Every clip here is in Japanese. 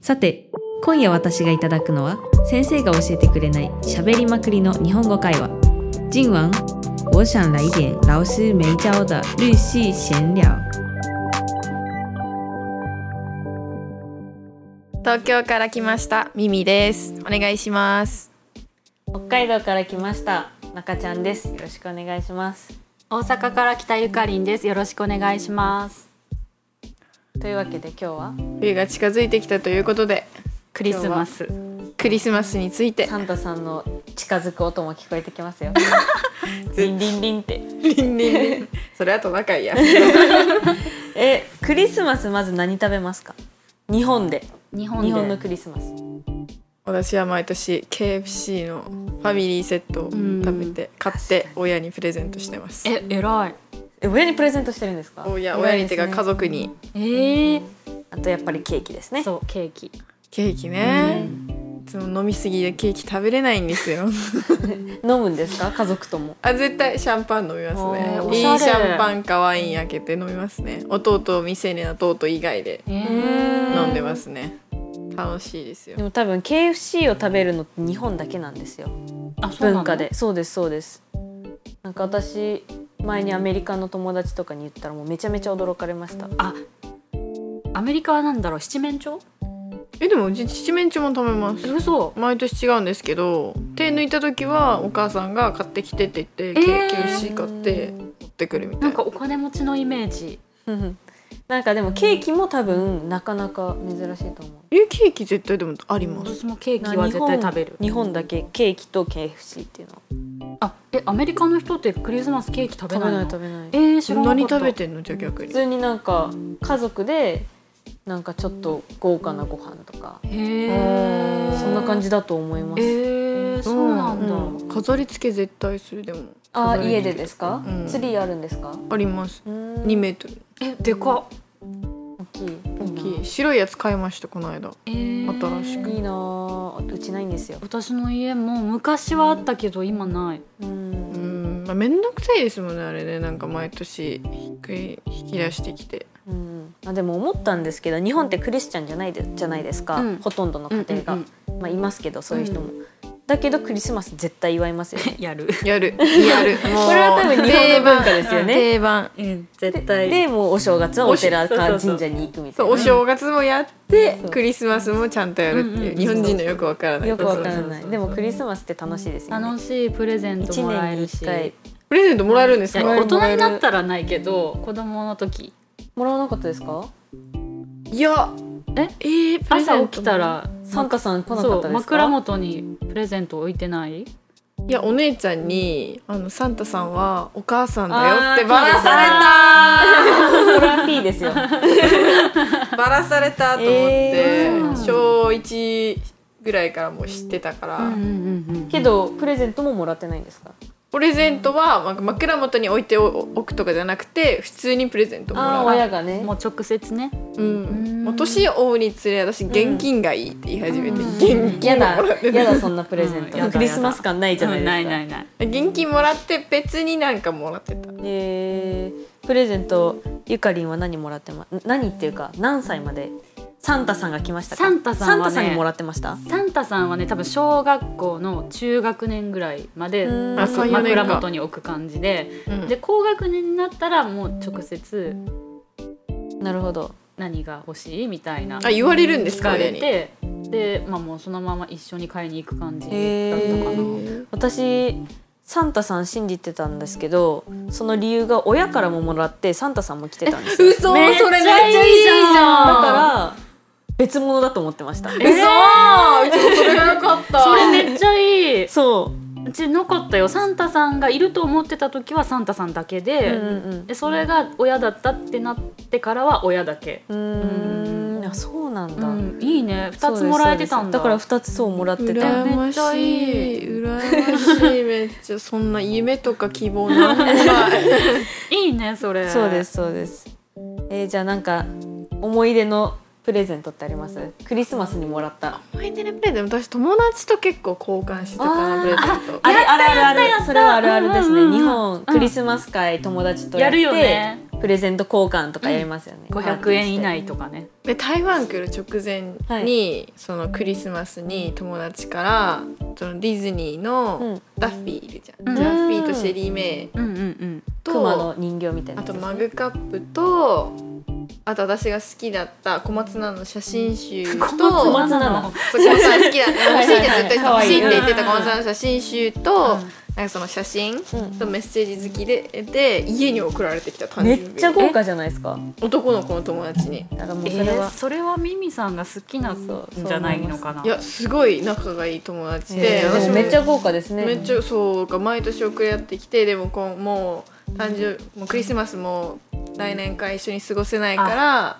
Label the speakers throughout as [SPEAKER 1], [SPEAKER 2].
[SPEAKER 1] さて今夜私がいただくのは先生が教えてくれない喋りまくりの日本語会話今晚我想来点老师没教的日系闲聊
[SPEAKER 2] 東京から来ましたミミですお願いします
[SPEAKER 1] 北海道から来ました中ちゃんですよろしくお願いします
[SPEAKER 3] 大阪から来たゆかりんです。よろしくお願いします。
[SPEAKER 1] というわけで今日は
[SPEAKER 2] 冬が近づいてきたということで
[SPEAKER 3] クリスマス。
[SPEAKER 2] クリスマスについて
[SPEAKER 1] サンタさんの近づく音も聞こえてきま すよリンリンリンって
[SPEAKER 2] それあと仲いいや
[SPEAKER 1] えクリスマスまず何食べますか日本で
[SPEAKER 3] 日本で
[SPEAKER 1] 日本のクリスマス
[SPEAKER 2] 私は毎年 KFC のファミリーセットを食べて買って親にプレゼントしてます
[SPEAKER 3] え、えらい。
[SPEAKER 1] え親にプレゼントしてるんですか
[SPEAKER 2] 親
[SPEAKER 3] 偉
[SPEAKER 2] 親
[SPEAKER 3] い
[SPEAKER 2] に
[SPEAKER 3] です
[SPEAKER 2] て
[SPEAKER 3] ね
[SPEAKER 2] か家族に
[SPEAKER 3] ええ
[SPEAKER 1] あとやっぱりケーキですね
[SPEAKER 3] そう、ケーキ。
[SPEAKER 2] ケーキねいつも飲みすぎでケーキ食べれないんですよ
[SPEAKER 1] 飲むんですか家族とも
[SPEAKER 2] あ絶対シャンパン飲みますね
[SPEAKER 3] おー
[SPEAKER 2] いいシ
[SPEAKER 3] おしゃれ
[SPEAKER 2] ャンパンかワイン開けて飲みますね弟未成年の弟以外で
[SPEAKER 3] え
[SPEAKER 2] 飲んでますね楽しいですよ
[SPEAKER 1] でも多分 KFC を食べるのって日本だけなんですよ
[SPEAKER 3] あ、そうなの
[SPEAKER 1] 文化。でそうですそうですなんか私前にアメリカの友達とかに言ったらもうめちゃめちゃ驚かれました
[SPEAKER 3] あ、アメリカはなんだろう、七面鳥？
[SPEAKER 2] えでもうち七面鳥も食べます
[SPEAKER 3] え嘘。
[SPEAKER 2] 毎年違うんですけど手抜いた時はお母さんが買ってきてって言って、
[SPEAKER 3] えー
[SPEAKER 2] KFC 買って持ってくるみた
[SPEAKER 3] ないん
[SPEAKER 2] な
[SPEAKER 3] かお金持ちのイメージ。
[SPEAKER 1] うん なんかでもケーキも多分なかなか珍しいと思う
[SPEAKER 2] えケーキ絶対でもあります
[SPEAKER 3] 私もケーキは絶対食べる。
[SPEAKER 1] 日本だけケーキと KFC っていうのは
[SPEAKER 3] あ、え、アメリカの人ってクリスマスケーキ食べ
[SPEAKER 1] 食
[SPEAKER 3] な
[SPEAKER 1] べ
[SPEAKER 3] い
[SPEAKER 1] ない
[SPEAKER 3] の？
[SPEAKER 1] 食べない
[SPEAKER 3] えー、知らなか
[SPEAKER 2] 何
[SPEAKER 3] った。
[SPEAKER 2] 食べてんのじゃあ逆
[SPEAKER 1] 普
[SPEAKER 2] に
[SPEAKER 1] 通になんか家族でなんかちょっと豪華なご飯とか
[SPEAKER 3] へ
[SPEAKER 2] う
[SPEAKER 3] え。
[SPEAKER 2] ん
[SPEAKER 1] そんな感じだと思います、
[SPEAKER 3] えー、そうなんだ。
[SPEAKER 1] うん
[SPEAKER 2] 飾り付け絶対するでも飾
[SPEAKER 1] あ
[SPEAKER 2] り
[SPEAKER 1] ー
[SPEAKER 2] 付け
[SPEAKER 1] 家でですか、
[SPEAKER 2] うん
[SPEAKER 1] ツリーあるんですか
[SPEAKER 2] あります
[SPEAKER 1] 2
[SPEAKER 2] 2メートル
[SPEAKER 3] え、でかっ。
[SPEAKER 1] 大きい
[SPEAKER 2] 大きい白いやつ買いましたこの間
[SPEAKER 3] えー
[SPEAKER 2] 新し
[SPEAKER 1] いいなーうちないんですよ
[SPEAKER 3] 私の家も昔はあったけど今ない。
[SPEAKER 1] う
[SPEAKER 2] うんんまあ、めんどくさいですもんねあれねなんか毎年引く引き出してきて
[SPEAKER 1] うんあでも思ったんですけど日本ってクリスチャンじゃないでじゃないですか、
[SPEAKER 3] うん
[SPEAKER 1] ほとんどの家庭が、
[SPEAKER 3] うん
[SPEAKER 1] まあ、いますけどそういう人も、だけどクリスマス絶対祝いますよね
[SPEAKER 3] やる。
[SPEAKER 2] や るやるもう
[SPEAKER 1] これは多分日本の文化ですよね
[SPEAKER 2] 定番
[SPEAKER 3] うん、絶対。
[SPEAKER 1] でもうお正月はお寺
[SPEAKER 3] おしそ
[SPEAKER 1] か
[SPEAKER 3] うそうそう
[SPEAKER 1] 神社に行くみた
[SPEAKER 2] そ
[SPEAKER 1] いうな
[SPEAKER 2] お正月もやって
[SPEAKER 1] そう
[SPEAKER 2] クリスマスもちゃんとやるって
[SPEAKER 3] うん
[SPEAKER 2] いううん日本人のよくわからない
[SPEAKER 1] よくわか
[SPEAKER 2] そう
[SPEAKER 1] ら
[SPEAKER 2] そう
[SPEAKER 1] な
[SPEAKER 2] そ
[SPEAKER 1] いうでもクリスマスって楽しいですよね
[SPEAKER 3] 楽しいプレゼント
[SPEAKER 1] 一
[SPEAKER 3] もらえ
[SPEAKER 1] 年に
[SPEAKER 3] るし
[SPEAKER 1] 一回
[SPEAKER 2] プレゼントもらえるんです
[SPEAKER 3] いや
[SPEAKER 2] か
[SPEAKER 1] もら
[SPEAKER 3] 大
[SPEAKER 1] える
[SPEAKER 3] 人になったらないけど子供の時
[SPEAKER 1] もらわなかったですか
[SPEAKER 2] いや
[SPEAKER 3] え
[SPEAKER 2] えープレゼン
[SPEAKER 3] 朝
[SPEAKER 2] ト
[SPEAKER 3] 起きたら
[SPEAKER 1] サンタさん来なか
[SPEAKER 3] そ
[SPEAKER 1] った
[SPEAKER 3] う
[SPEAKER 1] ですか
[SPEAKER 3] 枕元にプレゼント置いてない
[SPEAKER 2] いやお姉ちゃんにあのサンタさんはお母さんだよって
[SPEAKER 1] あー
[SPEAKER 2] ばらさ
[SPEAKER 3] あ
[SPEAKER 1] これは P ですよ
[SPEAKER 2] れたばらされたと思って、
[SPEAKER 1] え
[SPEAKER 3] ー
[SPEAKER 2] 小1ぐらいからもう知ってたから、
[SPEAKER 3] うんうんうんうん
[SPEAKER 1] けどプレゼントももらってないんですか
[SPEAKER 2] プレゼントはま枕元に置いておおくとかじゃなくて普通にプレゼントも
[SPEAKER 1] あー
[SPEAKER 2] らう
[SPEAKER 1] 親がね
[SPEAKER 3] もう直接ね
[SPEAKER 2] うん
[SPEAKER 3] ん
[SPEAKER 2] もう年を追うにつれ私現金がいいって言い始めて、
[SPEAKER 3] うん
[SPEAKER 2] 現金
[SPEAKER 1] や
[SPEAKER 2] をもら
[SPEAKER 1] だ
[SPEAKER 2] って
[SPEAKER 1] やだそんなプレゼン
[SPEAKER 3] うん
[SPEAKER 1] ト、
[SPEAKER 3] やだ
[SPEAKER 1] クリスマス感ないじゃないですか、
[SPEAKER 3] うんないないない
[SPEAKER 2] 現金もらって別になんかもらってた
[SPEAKER 1] えープレゼントゆかりんは何もらってま何っていうか何歳までサンタさんが来ましたか
[SPEAKER 3] サンタさんはね
[SPEAKER 1] サンタさんにもらってました
[SPEAKER 3] サンタさんはね多分小学校の中学年ぐらいまで
[SPEAKER 1] うん
[SPEAKER 2] あそういう年
[SPEAKER 3] 枕
[SPEAKER 2] か
[SPEAKER 3] 元に置く感じで
[SPEAKER 2] うん
[SPEAKER 3] で高学年になったらもう直接
[SPEAKER 1] なるほど
[SPEAKER 3] 何が欲しいみたいな
[SPEAKER 2] あ言われるんです
[SPEAKER 3] 聞
[SPEAKER 2] か
[SPEAKER 3] かれ
[SPEAKER 2] 親に
[SPEAKER 3] てで、まあ、もうそのまま一緒に買いに行く感じだったかな、
[SPEAKER 1] へー私サンタさん信じてたんですけどその理由が親からももらってサンタさんも来てたんですよ
[SPEAKER 2] 嘘
[SPEAKER 3] めっちゃ
[SPEAKER 2] それめっちゃいいじゃん
[SPEAKER 3] いいじゃ
[SPEAKER 1] だ
[SPEAKER 3] ん
[SPEAKER 1] から別物だと思ってました
[SPEAKER 3] え
[SPEAKER 2] 嘘うちもそれがよかった
[SPEAKER 3] それめっちゃいい
[SPEAKER 1] そう
[SPEAKER 3] ちなかったよサンタさんがいると思ってた時はサンタさんだけ
[SPEAKER 1] う、
[SPEAKER 3] で,、
[SPEAKER 1] うん
[SPEAKER 3] でそれが親だったってなってからは親だけ、
[SPEAKER 1] うんうーんあそうなん
[SPEAKER 3] う
[SPEAKER 1] だ、
[SPEAKER 3] ん、いいね2つもらえてたんだ
[SPEAKER 1] そうですそうですだから2つそうもらってた
[SPEAKER 2] 羨ましい羨ましいめっちゃそんな夢とか希望なんもない
[SPEAKER 3] いいねそれ
[SPEAKER 1] そうですそうです。えー、じゃあなんか思い出のプレゼントってあります？クリスマスにもらった。
[SPEAKER 2] 思い出のプレゼント私友達と結構交換してたかなプレゼント
[SPEAKER 1] あれあるあるある。それはあるあるですね。
[SPEAKER 3] うんうんうん
[SPEAKER 1] 日本クリスマス会友達とや
[SPEAKER 3] や
[SPEAKER 1] って
[SPEAKER 3] るよね
[SPEAKER 1] ププレゼント交換とかやりますよね、
[SPEAKER 3] 500円以内とかね
[SPEAKER 2] で台湾来る直前に、
[SPEAKER 1] はい
[SPEAKER 2] そのクリスマスに友達からそのディズニー
[SPEAKER 1] う
[SPEAKER 2] の
[SPEAKER 1] ん
[SPEAKER 2] ダッフィーいるじゃん、
[SPEAKER 3] うん
[SPEAKER 2] ダッフィーとシェリー・メイ
[SPEAKER 3] うんうんうん
[SPEAKER 1] と熊
[SPEAKER 2] と
[SPEAKER 1] の人形みたい
[SPEAKER 2] あ
[SPEAKER 1] なやつ
[SPEAKER 2] と
[SPEAKER 1] ですね
[SPEAKER 2] マグカップとあと私が好きだった小松菜の写真集と
[SPEAKER 1] 小松菜なの
[SPEAKER 2] そう小松菜好きだ欲しいって絶対
[SPEAKER 1] 可
[SPEAKER 2] 欲
[SPEAKER 1] 愛
[SPEAKER 2] し
[SPEAKER 1] い
[SPEAKER 2] いって言ってた小松菜の写真集と、なんかその写真
[SPEAKER 1] うん
[SPEAKER 2] とメッセージ好きでで家に送られてきた誕
[SPEAKER 1] め
[SPEAKER 2] 生日
[SPEAKER 1] っちゃ豪華じゃないですか
[SPEAKER 2] 男の子の友達に
[SPEAKER 1] だからもう
[SPEAKER 3] え
[SPEAKER 1] それ
[SPEAKER 3] ー
[SPEAKER 1] は、
[SPEAKER 3] それはミミさんが好きなんじゃないのかない
[SPEAKER 2] やすごい仲がいい友達で、
[SPEAKER 1] えーで
[SPEAKER 2] 私
[SPEAKER 1] も
[SPEAKER 2] も
[SPEAKER 1] めっちゃ豪華ですね
[SPEAKER 2] めっちゃそうか毎年送り合ってきてでもこうもう誕生もうクリスマスも来年から一緒に過ごせないから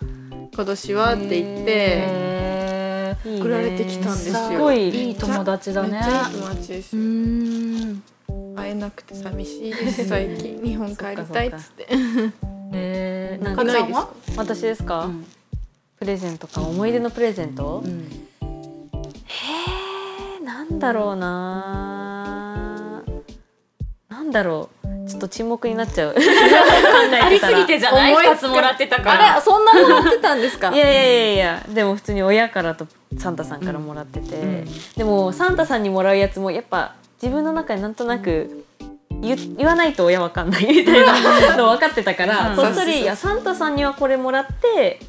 [SPEAKER 2] 今年はって言って
[SPEAKER 3] へー
[SPEAKER 1] いいね
[SPEAKER 2] 送られてきたんですよ
[SPEAKER 1] すごい
[SPEAKER 3] いい友達だ
[SPEAKER 2] め
[SPEAKER 3] ね
[SPEAKER 2] っちゃいい友達です
[SPEAKER 3] う
[SPEAKER 2] よ
[SPEAKER 3] ーん
[SPEAKER 2] 会えなくて寂しいです最近日本帰りたいっつって
[SPEAKER 1] えー、なん
[SPEAKER 2] 他
[SPEAKER 1] か
[SPEAKER 3] そっ
[SPEAKER 2] ない
[SPEAKER 3] か
[SPEAKER 2] ですか
[SPEAKER 1] 私ですか、
[SPEAKER 3] うん
[SPEAKER 1] プレゼントか思い出のプレゼント、
[SPEAKER 3] うん
[SPEAKER 1] へえなんだろうななんだろうちょっと沈黙になっちゃう 考
[SPEAKER 3] あ
[SPEAKER 1] え
[SPEAKER 3] り
[SPEAKER 1] た
[SPEAKER 3] す
[SPEAKER 1] ら
[SPEAKER 3] ぎてじゃない
[SPEAKER 2] 思いつか
[SPEAKER 3] 2つもらってたか
[SPEAKER 4] あれ
[SPEAKER 3] ら
[SPEAKER 4] そんなもらってたんですか
[SPEAKER 1] いやいやいやいやでも普通に親からとサンタさんからもらってて、
[SPEAKER 3] ん
[SPEAKER 1] でもサンタさんにもらうやつもやっぱ自分の中でなんとなく言言わないと親わかんないみたい なの分かってたから、
[SPEAKER 3] うん
[SPEAKER 1] こっそ
[SPEAKER 2] そうそうそう
[SPEAKER 1] りいやサンタさんにはこれもらって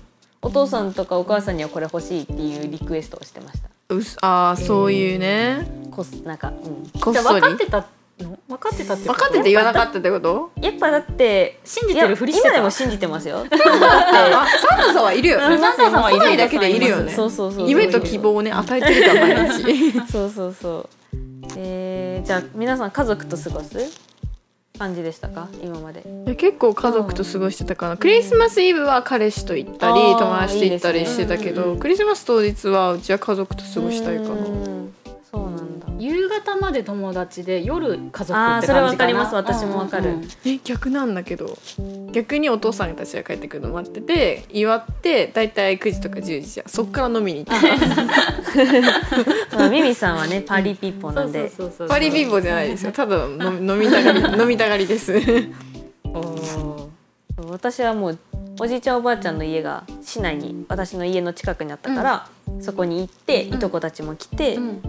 [SPEAKER 1] お父さんとかお母さんにはこれ欲しいっていうリクエストをしてました。
[SPEAKER 2] うすああそういうね
[SPEAKER 1] こすなんか、うん、
[SPEAKER 2] こっ
[SPEAKER 3] じゃあ
[SPEAKER 2] そり
[SPEAKER 3] 分かってたの分かってたって
[SPEAKER 2] 分
[SPEAKER 3] こと
[SPEAKER 2] かってて言わなかったってこと
[SPEAKER 1] やっぱだって
[SPEAKER 3] 信じてるふりして
[SPEAKER 1] いや
[SPEAKER 3] た
[SPEAKER 1] 今でも信じてます よ。
[SPEAKER 2] あサンタさんはいるよね
[SPEAKER 3] サンタさんはいる
[SPEAKER 2] 来ないだけでいるよね
[SPEAKER 1] そうそうそう。
[SPEAKER 2] 夢と希。望をね与えてるから毎日
[SPEAKER 1] そうそうそう。えー、じゃあ皆さん家族と過ごす感じでしたか今まで。
[SPEAKER 2] いや結構家族と過ごしてたかなクリスマスイブは彼氏と行ったり
[SPEAKER 1] あー
[SPEAKER 2] 友達と行った
[SPEAKER 1] い
[SPEAKER 2] り
[SPEAKER 1] いです
[SPEAKER 2] して
[SPEAKER 1] ね
[SPEAKER 2] たけどクリスマス当日はうちは家族と過ごしたいかな
[SPEAKER 1] うーん。そうなんだ。
[SPEAKER 3] 夕方まで友達で夜家族って感じかな
[SPEAKER 1] あーそれわかります私もわかる
[SPEAKER 3] うんうんうん
[SPEAKER 2] え逆なんだけど逆にお父さんたちが帰ってくるの待ってて祝って大体9時とか10時じゃんそっから飲みに行って
[SPEAKER 1] まあミミさんは ねパリピッポなんで。
[SPEAKER 3] そうそうそうそう
[SPEAKER 2] パリ貧乏じゃないですよただの飲みたが り飲みたがりです
[SPEAKER 1] おー私はもうおじいちゃんおばあちゃんの家が市内に私の家の近くにあったから、そこに行っていとこたちも来て、
[SPEAKER 3] うん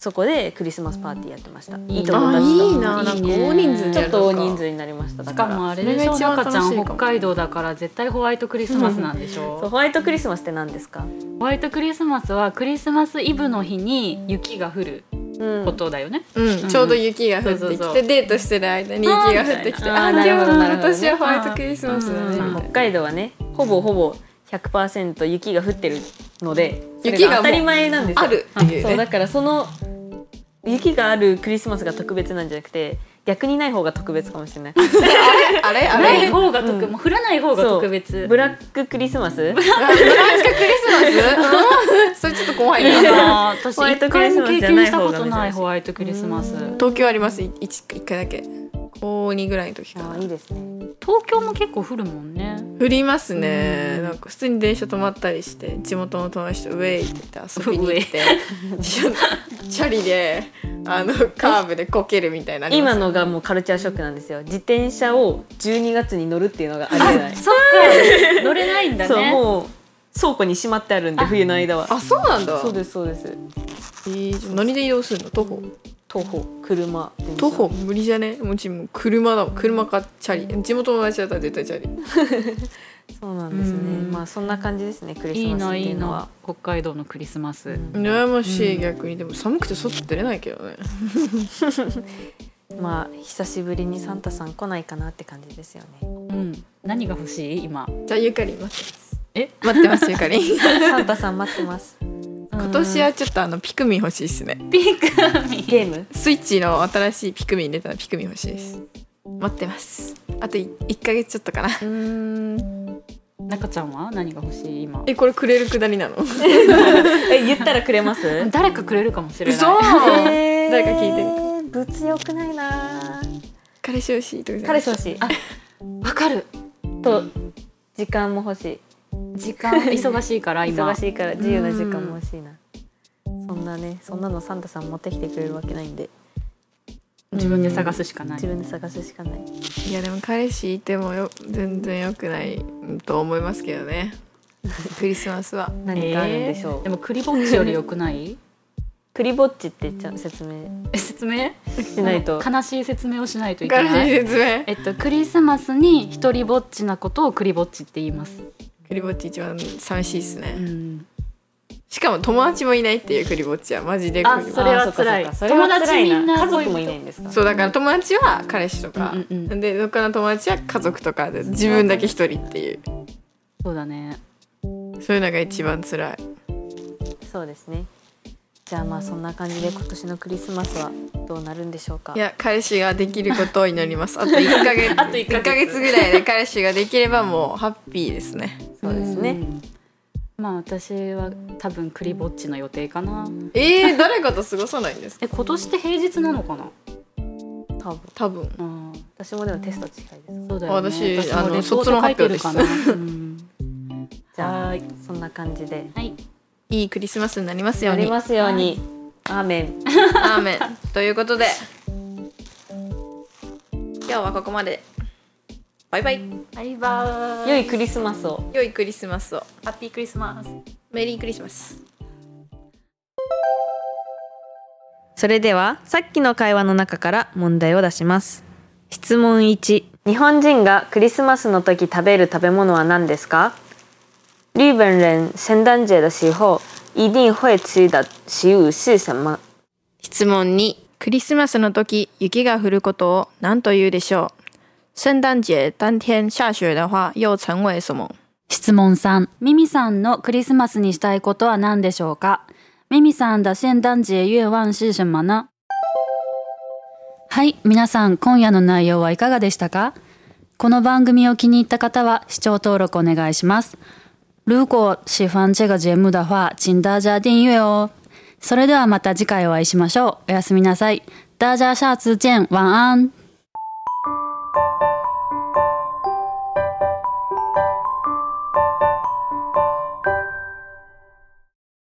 [SPEAKER 1] そこでクリスマスパーティーやってました。
[SPEAKER 3] い
[SPEAKER 1] いとこ
[SPEAKER 2] あ
[SPEAKER 1] たち
[SPEAKER 2] い
[SPEAKER 1] と
[SPEAKER 2] いななんか大人数
[SPEAKER 1] ち
[SPEAKER 2] でや
[SPEAKER 1] ょっ
[SPEAKER 2] る
[SPEAKER 1] と
[SPEAKER 2] の
[SPEAKER 1] 大
[SPEAKER 2] か
[SPEAKER 1] 人数になりましただ
[SPEAKER 3] し
[SPEAKER 1] か
[SPEAKER 3] からもあれでし
[SPEAKER 2] そ
[SPEAKER 3] ょ
[SPEAKER 2] れが一番
[SPEAKER 3] 赤ちゃ
[SPEAKER 2] 楽しいか
[SPEAKER 3] ん
[SPEAKER 2] も
[SPEAKER 3] 北海道だから絶対ホワイトクリスマスなんでしょ
[SPEAKER 1] そうホワイトクリスマスって何ですか、
[SPEAKER 3] ホワイトクリスマスはクリスマスイブの日に雪が降る
[SPEAKER 1] うん
[SPEAKER 3] ことだよね、
[SPEAKER 2] うん、ちょうど雪が降ってきて、
[SPEAKER 3] そうそうそう
[SPEAKER 2] デートしてる間に雪が降ってきて
[SPEAKER 1] あー
[SPEAKER 2] ああー
[SPEAKER 1] なるほ
[SPEAKER 2] 今日
[SPEAKER 1] どなるほどね
[SPEAKER 2] 私はホワイトクリスマスだね
[SPEAKER 3] うん
[SPEAKER 1] 北海道はねほぼほぼ100%雪が降ってるのでそれ
[SPEAKER 2] 雪がもう
[SPEAKER 1] が当たり前なんですよ
[SPEAKER 2] あるっていう
[SPEAKER 1] そうだ
[SPEAKER 2] ね
[SPEAKER 1] からその雪があるクリスマスが特別なんじゃなくて逆にない方が特別かもしれない
[SPEAKER 2] あれあ
[SPEAKER 3] ない
[SPEAKER 2] れ
[SPEAKER 3] 方が特、
[SPEAKER 1] うん
[SPEAKER 3] もう降らない方が特別
[SPEAKER 1] ブラッククリスマス
[SPEAKER 2] あブランチかクリスマスそれちょっと怖い
[SPEAKER 3] い
[SPEAKER 2] な
[SPEAKER 3] やー私
[SPEAKER 1] ホワイト
[SPEAKER 3] 一
[SPEAKER 1] ク
[SPEAKER 3] 回
[SPEAKER 1] リス
[SPEAKER 3] も
[SPEAKER 1] マス
[SPEAKER 3] 経
[SPEAKER 1] じゃな
[SPEAKER 3] 験
[SPEAKER 1] い
[SPEAKER 3] し
[SPEAKER 1] 方
[SPEAKER 3] た
[SPEAKER 1] が珍し
[SPEAKER 3] こ
[SPEAKER 1] い
[SPEAKER 3] とないホワイトクリスマス東
[SPEAKER 2] 東京ありますい一一回だけ高2ぐらいの時か
[SPEAKER 1] あ
[SPEAKER 2] な
[SPEAKER 1] ーいいですね
[SPEAKER 3] 京も結構降るもんね
[SPEAKER 2] 降りますねなんか普通に電車止まったりして地元の友達と「ウェイ」って言って遊びに行ってチャリであのカーブでこけるみたいなのあります
[SPEAKER 1] 今のがもうカルチャーショックなんですよ自転車を12月に乗るっていうのがありえない
[SPEAKER 3] そっか乗れないんだね
[SPEAKER 1] そうもう倉庫にしまってあるんで冬の間は
[SPEAKER 2] あそうなんだ
[SPEAKER 1] そうですそうです
[SPEAKER 2] えー何で移動するの徒歩
[SPEAKER 1] 徒歩車電車
[SPEAKER 2] 徒歩無理じゃねもうちもう車だもん車かチャリ地元の友達だったら絶対チャリ
[SPEAKER 1] そうなんですね
[SPEAKER 3] うん
[SPEAKER 1] まあそんな感じですねクリ
[SPEAKER 3] い
[SPEAKER 1] ス
[SPEAKER 3] い
[SPEAKER 1] マスっ
[SPEAKER 3] な
[SPEAKER 1] て
[SPEAKER 3] い
[SPEAKER 1] い
[SPEAKER 3] いう
[SPEAKER 1] のは
[SPEAKER 3] な北海道のクリスマス、
[SPEAKER 1] うん
[SPEAKER 2] 羨ましい、
[SPEAKER 3] うん
[SPEAKER 2] 逆にでも寒くて外出れないけどね
[SPEAKER 1] まあ久しぶりにサンタさん来ないかなって感じですよ ね
[SPEAKER 3] うん、何が欲しい今
[SPEAKER 2] じゃあゆかり待ってます
[SPEAKER 3] え
[SPEAKER 2] 待ってますゆかり
[SPEAKER 1] サンタさん待ってます
[SPEAKER 2] 今年はちょっとあのピクミン欲しいですね
[SPEAKER 3] ピクミン
[SPEAKER 1] ゲーム
[SPEAKER 2] スイッチの新しいピクミン出たらピクミン欲しいです待ってますあとい1ヶ月ちょっとかな
[SPEAKER 3] うん中ちゃんは何が欲しい今
[SPEAKER 2] えこれくれるくだりなの
[SPEAKER 1] え言ったらくれます
[SPEAKER 3] 誰かくれるかもしれない
[SPEAKER 1] えー
[SPEAKER 2] 誰か聞いて
[SPEAKER 1] 物欲ないな
[SPEAKER 2] 彼氏欲しいとかじゃな
[SPEAKER 1] 彼
[SPEAKER 2] い
[SPEAKER 1] 氏欲しいあ
[SPEAKER 3] わかる
[SPEAKER 1] と時間も欲しい
[SPEAKER 3] 時間忙しいから今
[SPEAKER 1] 忙しいから自由な時間も欲しいなそんなねそんなのサンタさん持ってきてくれるわけないんで
[SPEAKER 3] 自分で探すしかない
[SPEAKER 1] 自。分で探すしかない
[SPEAKER 2] いやでも彼氏いてもよ全然良くないと思いますけどねクリスマスは
[SPEAKER 1] 何かあるんでしょう、
[SPEAKER 3] でもクリボッチより良くない
[SPEAKER 1] クリぼっちって言っちゃう説明
[SPEAKER 3] え説明
[SPEAKER 1] しないと
[SPEAKER 3] 悲しい説明をしないといけ
[SPEAKER 2] 彼
[SPEAKER 3] な
[SPEAKER 2] 氏
[SPEAKER 3] い。
[SPEAKER 2] 説明
[SPEAKER 3] えっと、クリスマスに一人ぼっちなことをクリぼっちって言います。
[SPEAKER 2] クリぼっち一番寂しいです
[SPEAKER 3] う
[SPEAKER 2] ね
[SPEAKER 3] ん、
[SPEAKER 2] しかも友達もいないっていうクリぼっちはマジでク
[SPEAKER 3] あ
[SPEAKER 2] リぼっ
[SPEAKER 3] それは
[SPEAKER 1] あーっかっか
[SPEAKER 3] 辛い
[SPEAKER 1] それは辛い
[SPEAKER 3] 友達みんな
[SPEAKER 1] な家族もいないんですか
[SPEAKER 2] ちそうだから友達は彼氏とか、
[SPEAKER 3] うんうんう
[SPEAKER 2] で他の友達は家族とかで自分だけ一人っていう
[SPEAKER 3] そうだね。
[SPEAKER 2] そういうのが一番辛い
[SPEAKER 1] そうですねじゃあまあそんな感じで今年のクリスマスはどうなるんでしょうか
[SPEAKER 2] いや彼氏ができることを祈り ますあと1ヶ月あと1ヶ月ぐらいで彼氏ができればもうハッピーですね
[SPEAKER 1] そうです
[SPEAKER 3] う
[SPEAKER 1] ね
[SPEAKER 3] ん。まあ私は多分クリぼっちの予定かな。
[SPEAKER 2] えー、誰かと過ごさないんですか
[SPEAKER 3] え今年って平日なのかな。
[SPEAKER 1] 多分
[SPEAKER 2] 多分
[SPEAKER 3] うん、
[SPEAKER 1] 私もでもテスト近いです
[SPEAKER 3] そうだよね。
[SPEAKER 2] 私
[SPEAKER 3] も
[SPEAKER 2] あの
[SPEAKER 3] レポート書いてるかな。うん
[SPEAKER 1] じゃあそんな感じで
[SPEAKER 3] はい。
[SPEAKER 2] いいクリスマスになりますよ
[SPEAKER 1] や
[SPEAKER 2] うに
[SPEAKER 1] りますように、アーメン
[SPEAKER 2] アーメンということで今日はここまでバイバイ
[SPEAKER 3] バイバ
[SPEAKER 1] 良いクリスマスを
[SPEAKER 2] 良いクリスマスを
[SPEAKER 3] ハッピークリスマス。
[SPEAKER 2] メリークリスマス
[SPEAKER 5] それではさっきの会話の中から問題を出します質問1
[SPEAKER 1] 日本人がクリスマスの時食べる食べ物は何ですか日本人圣诞节的时候一定会吃的食物是什么
[SPEAKER 2] 質問2クリスマスの時雪が降ることを何と言うでしょう聖誕節当天下雪的话又成为什么
[SPEAKER 3] 質問3。ミミさんのクリスマスにしたいことは何でしょうかミミさんだ聖誕節願望是什么呢はい、皆さん今夜の内容はいかがでしたかこの番組を気に入った方は視聴登録お願いします。如果喜欢这个节目的话、请大家订阅哦。それではまた次回お会いしましょう。おやすみなさい。大家下次见。晚安。